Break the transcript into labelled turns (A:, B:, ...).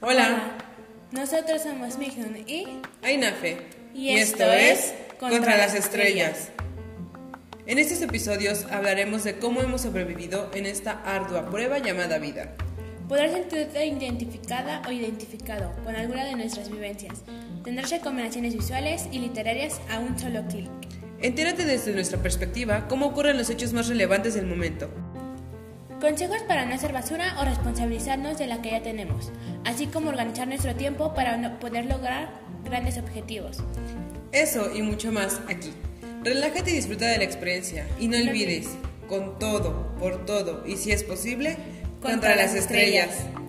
A: Hola,
B: Nosotros somos Mignon y
A: Ainafe.
B: Y esto es Contra las Estrellas.
A: En estos episodios hablaremos de cómo hemos sobrevivido en esta ardua prueba llamada vida.
B: podrás sentirte identificada o identificado con alguna de nuestras vivencias. Tendrás recomendaciones visuales y literarias a un solo clic.
A: Entérate desde nuestra perspectiva cómo ocurren los hechos más relevantes del momento.
B: Consejos para no hacer basura o responsabilizarnos de la que ya tenemos, así como organizar nuestro tiempo para no- poder lograr grandes objetivos.
A: Eso y mucho más aquí. Relájate y disfruta de la experiencia. Y no olvides, con todo, por todo y si es posible, contra las estrellas.